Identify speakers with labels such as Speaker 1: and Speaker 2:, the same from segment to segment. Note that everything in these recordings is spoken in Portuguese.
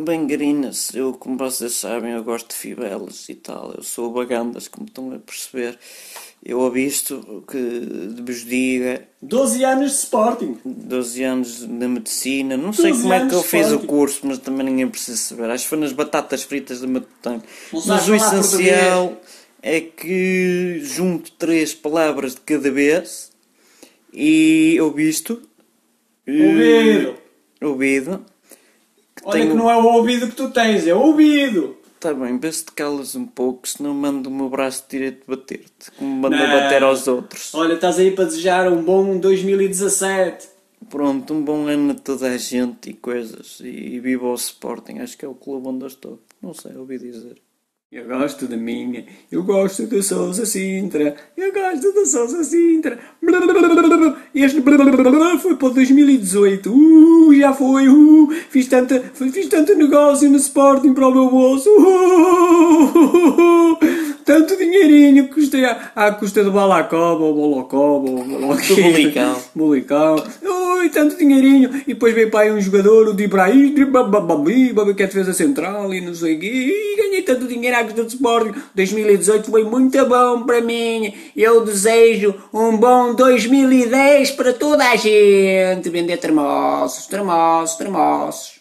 Speaker 1: Bem, garinas, eu, como vocês sabem, eu gosto de fibelas e tal. Eu sou bagandas, como estão a perceber. Eu avisto que vos diga
Speaker 2: 12 anos de Sporting.
Speaker 1: 12 anos na medicina. Não sei
Speaker 2: 12
Speaker 1: como é que eu
Speaker 2: anos
Speaker 1: fiz o
Speaker 2: forte.
Speaker 1: curso, mas também ninguém precisa saber. Acho que foi nas batatas fritas da Matutano.
Speaker 2: Não sabes
Speaker 1: Mas o
Speaker 2: falar
Speaker 1: essencial é que junto três palavras de cada vez e ouvisto.
Speaker 2: Ouvido.
Speaker 1: Ouvido.
Speaker 2: Olha
Speaker 1: tenho-
Speaker 2: que não é o ouvido que tu tens, é o ouvido.
Speaker 1: Está Tá bem, vê se te calas um pouco, senão mando o meu braço direito bater-te, como manda
Speaker 2: Não.
Speaker 1: bater aos outros.
Speaker 2: Olha, estás aí para desejar um bom 2017.
Speaker 1: Pronto, um bom ano a toda a gente e coisas. E, viva o Sporting, acho que é o clube onde eu estou. Não sei, ouvi dizer.
Speaker 2: Eu gosto da minha, eu gosto do Sousa Sintra, eu gosto do Sousa Sintra. Blablabla. Este blablabla foi para 2018, uh, já foi, uh, fiz, tanta, fiz tanto negócio no Sporting para o meu bolso, uh, tanto dinheirinho que custei à, à custa do Balacoba, ou Bolocoba, ou Boloquinho.
Speaker 1: Bulicão.
Speaker 2: Bulicão. Ui, tanto dinheirinho. E depois veio para aí um jogador, o de Ibrahim, de Bababi, Babi, que é a defesa central e não sei o quê. E ganhei tanto dinheiro à custa do Sporting. 2018 foi muito bom para mim. Eu desejo um bom 2010 para toda a gente. Vender termossos, termossos, termossos.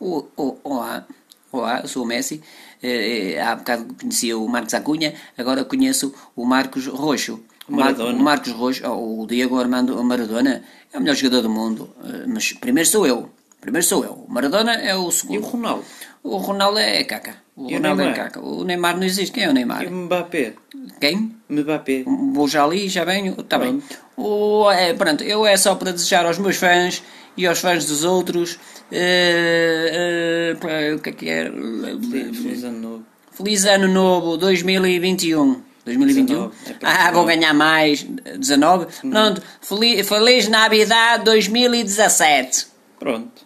Speaker 3: O- o- Olá, olá, eu sou o Messi. Eh, eh, Há bocado conhecia o Marcos Acunha, agora conheço o Marcos Roxo. O Mar-
Speaker 1: Maradona.
Speaker 3: o Marcos Roxo, ou o Diego Armando Maradona, é o melhor jogador do mundo. Eh, Mas primeiro sou eu. Primeiro sou eu. O Maradona é o
Speaker 1: E o
Speaker 3: segundo.
Speaker 1: Ronaldo?
Speaker 3: O Ronaldo é caca. O
Speaker 1: E o
Speaker 3: Ronaldo é
Speaker 1: Neymar?
Speaker 3: caca. O Neymar não existe. Quem é o
Speaker 1: E o
Speaker 3: Neymar?
Speaker 1: Mbappé?
Speaker 3: Quem?
Speaker 1: Mbappé?
Speaker 3: Vou já ali, já venho, está bem. O, é, pronto, eu é só para desejar aos meus fãs e aos fãs dos outros. eh, eh, pá, o que é que é?
Speaker 1: Feliz ano novo.
Speaker 3: Feliz Ano Novo 2021. 2021?
Speaker 1: 19, é para Hum.
Speaker 3: ah,
Speaker 1: 19.
Speaker 3: vou ganhar mais. 19? Pronto, Feliz, Feliz Navidade 2017.
Speaker 1: Pronto.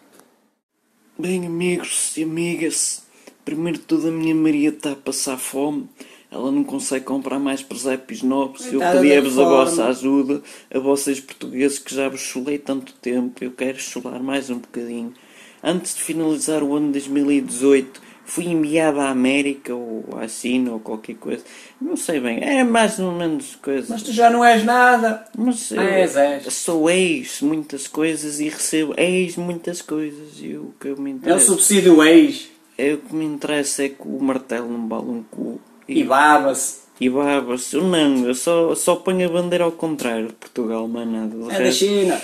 Speaker 1: Bem, amigos e amigas, primeiro de tudo a minha Maria está a passar fome. Ela não consegue comprar mais presépios novos. Eu
Speaker 2: Coitada da
Speaker 1: pedia-vos a
Speaker 2: fome.
Speaker 1: vossa ajuda, a vocês portugueses que já vos chulei tanto tempo. Eu quero chular mais um bocadinho. Antes de finalizar o ano de 2018, fui enviado à América ou à China ou qualquer coisa. Não sei bem, é mais ou menos coisa.
Speaker 2: Mas tu já não és nada.
Speaker 1: Mas eu
Speaker 2: Ah, és, és.
Speaker 1: sou ex muitas coisas e recebo ex muitas coisas. E o que me
Speaker 2: É o
Speaker 1: interessa.
Speaker 2: subsídio ex.
Speaker 1: É o que me interessa é que o martelo não bala um cu.
Speaker 2: E baba-se.
Speaker 1: e babas. Eu não, eu só, só ponho a bandeira ao contrário de Portugal, mais nada. De
Speaker 2: É da
Speaker 1: resto,
Speaker 2: China.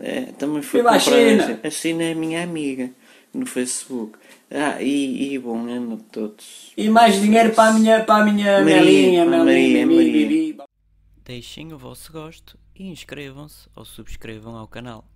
Speaker 1: é, também foi
Speaker 2: Viva a China!
Speaker 1: A China é minha amiga no Facebook. Ah, e, e bom ano a todos.
Speaker 2: E mais dinheiro para a minha, para a minha
Speaker 1: Maria,
Speaker 2: Melinha,
Speaker 1: Maria,
Speaker 2: Melinha,
Speaker 1: Maria.
Speaker 2: Bibi.
Speaker 1: Deixem o vosso gosto e inscrevam-se ou subscrevam ao canal.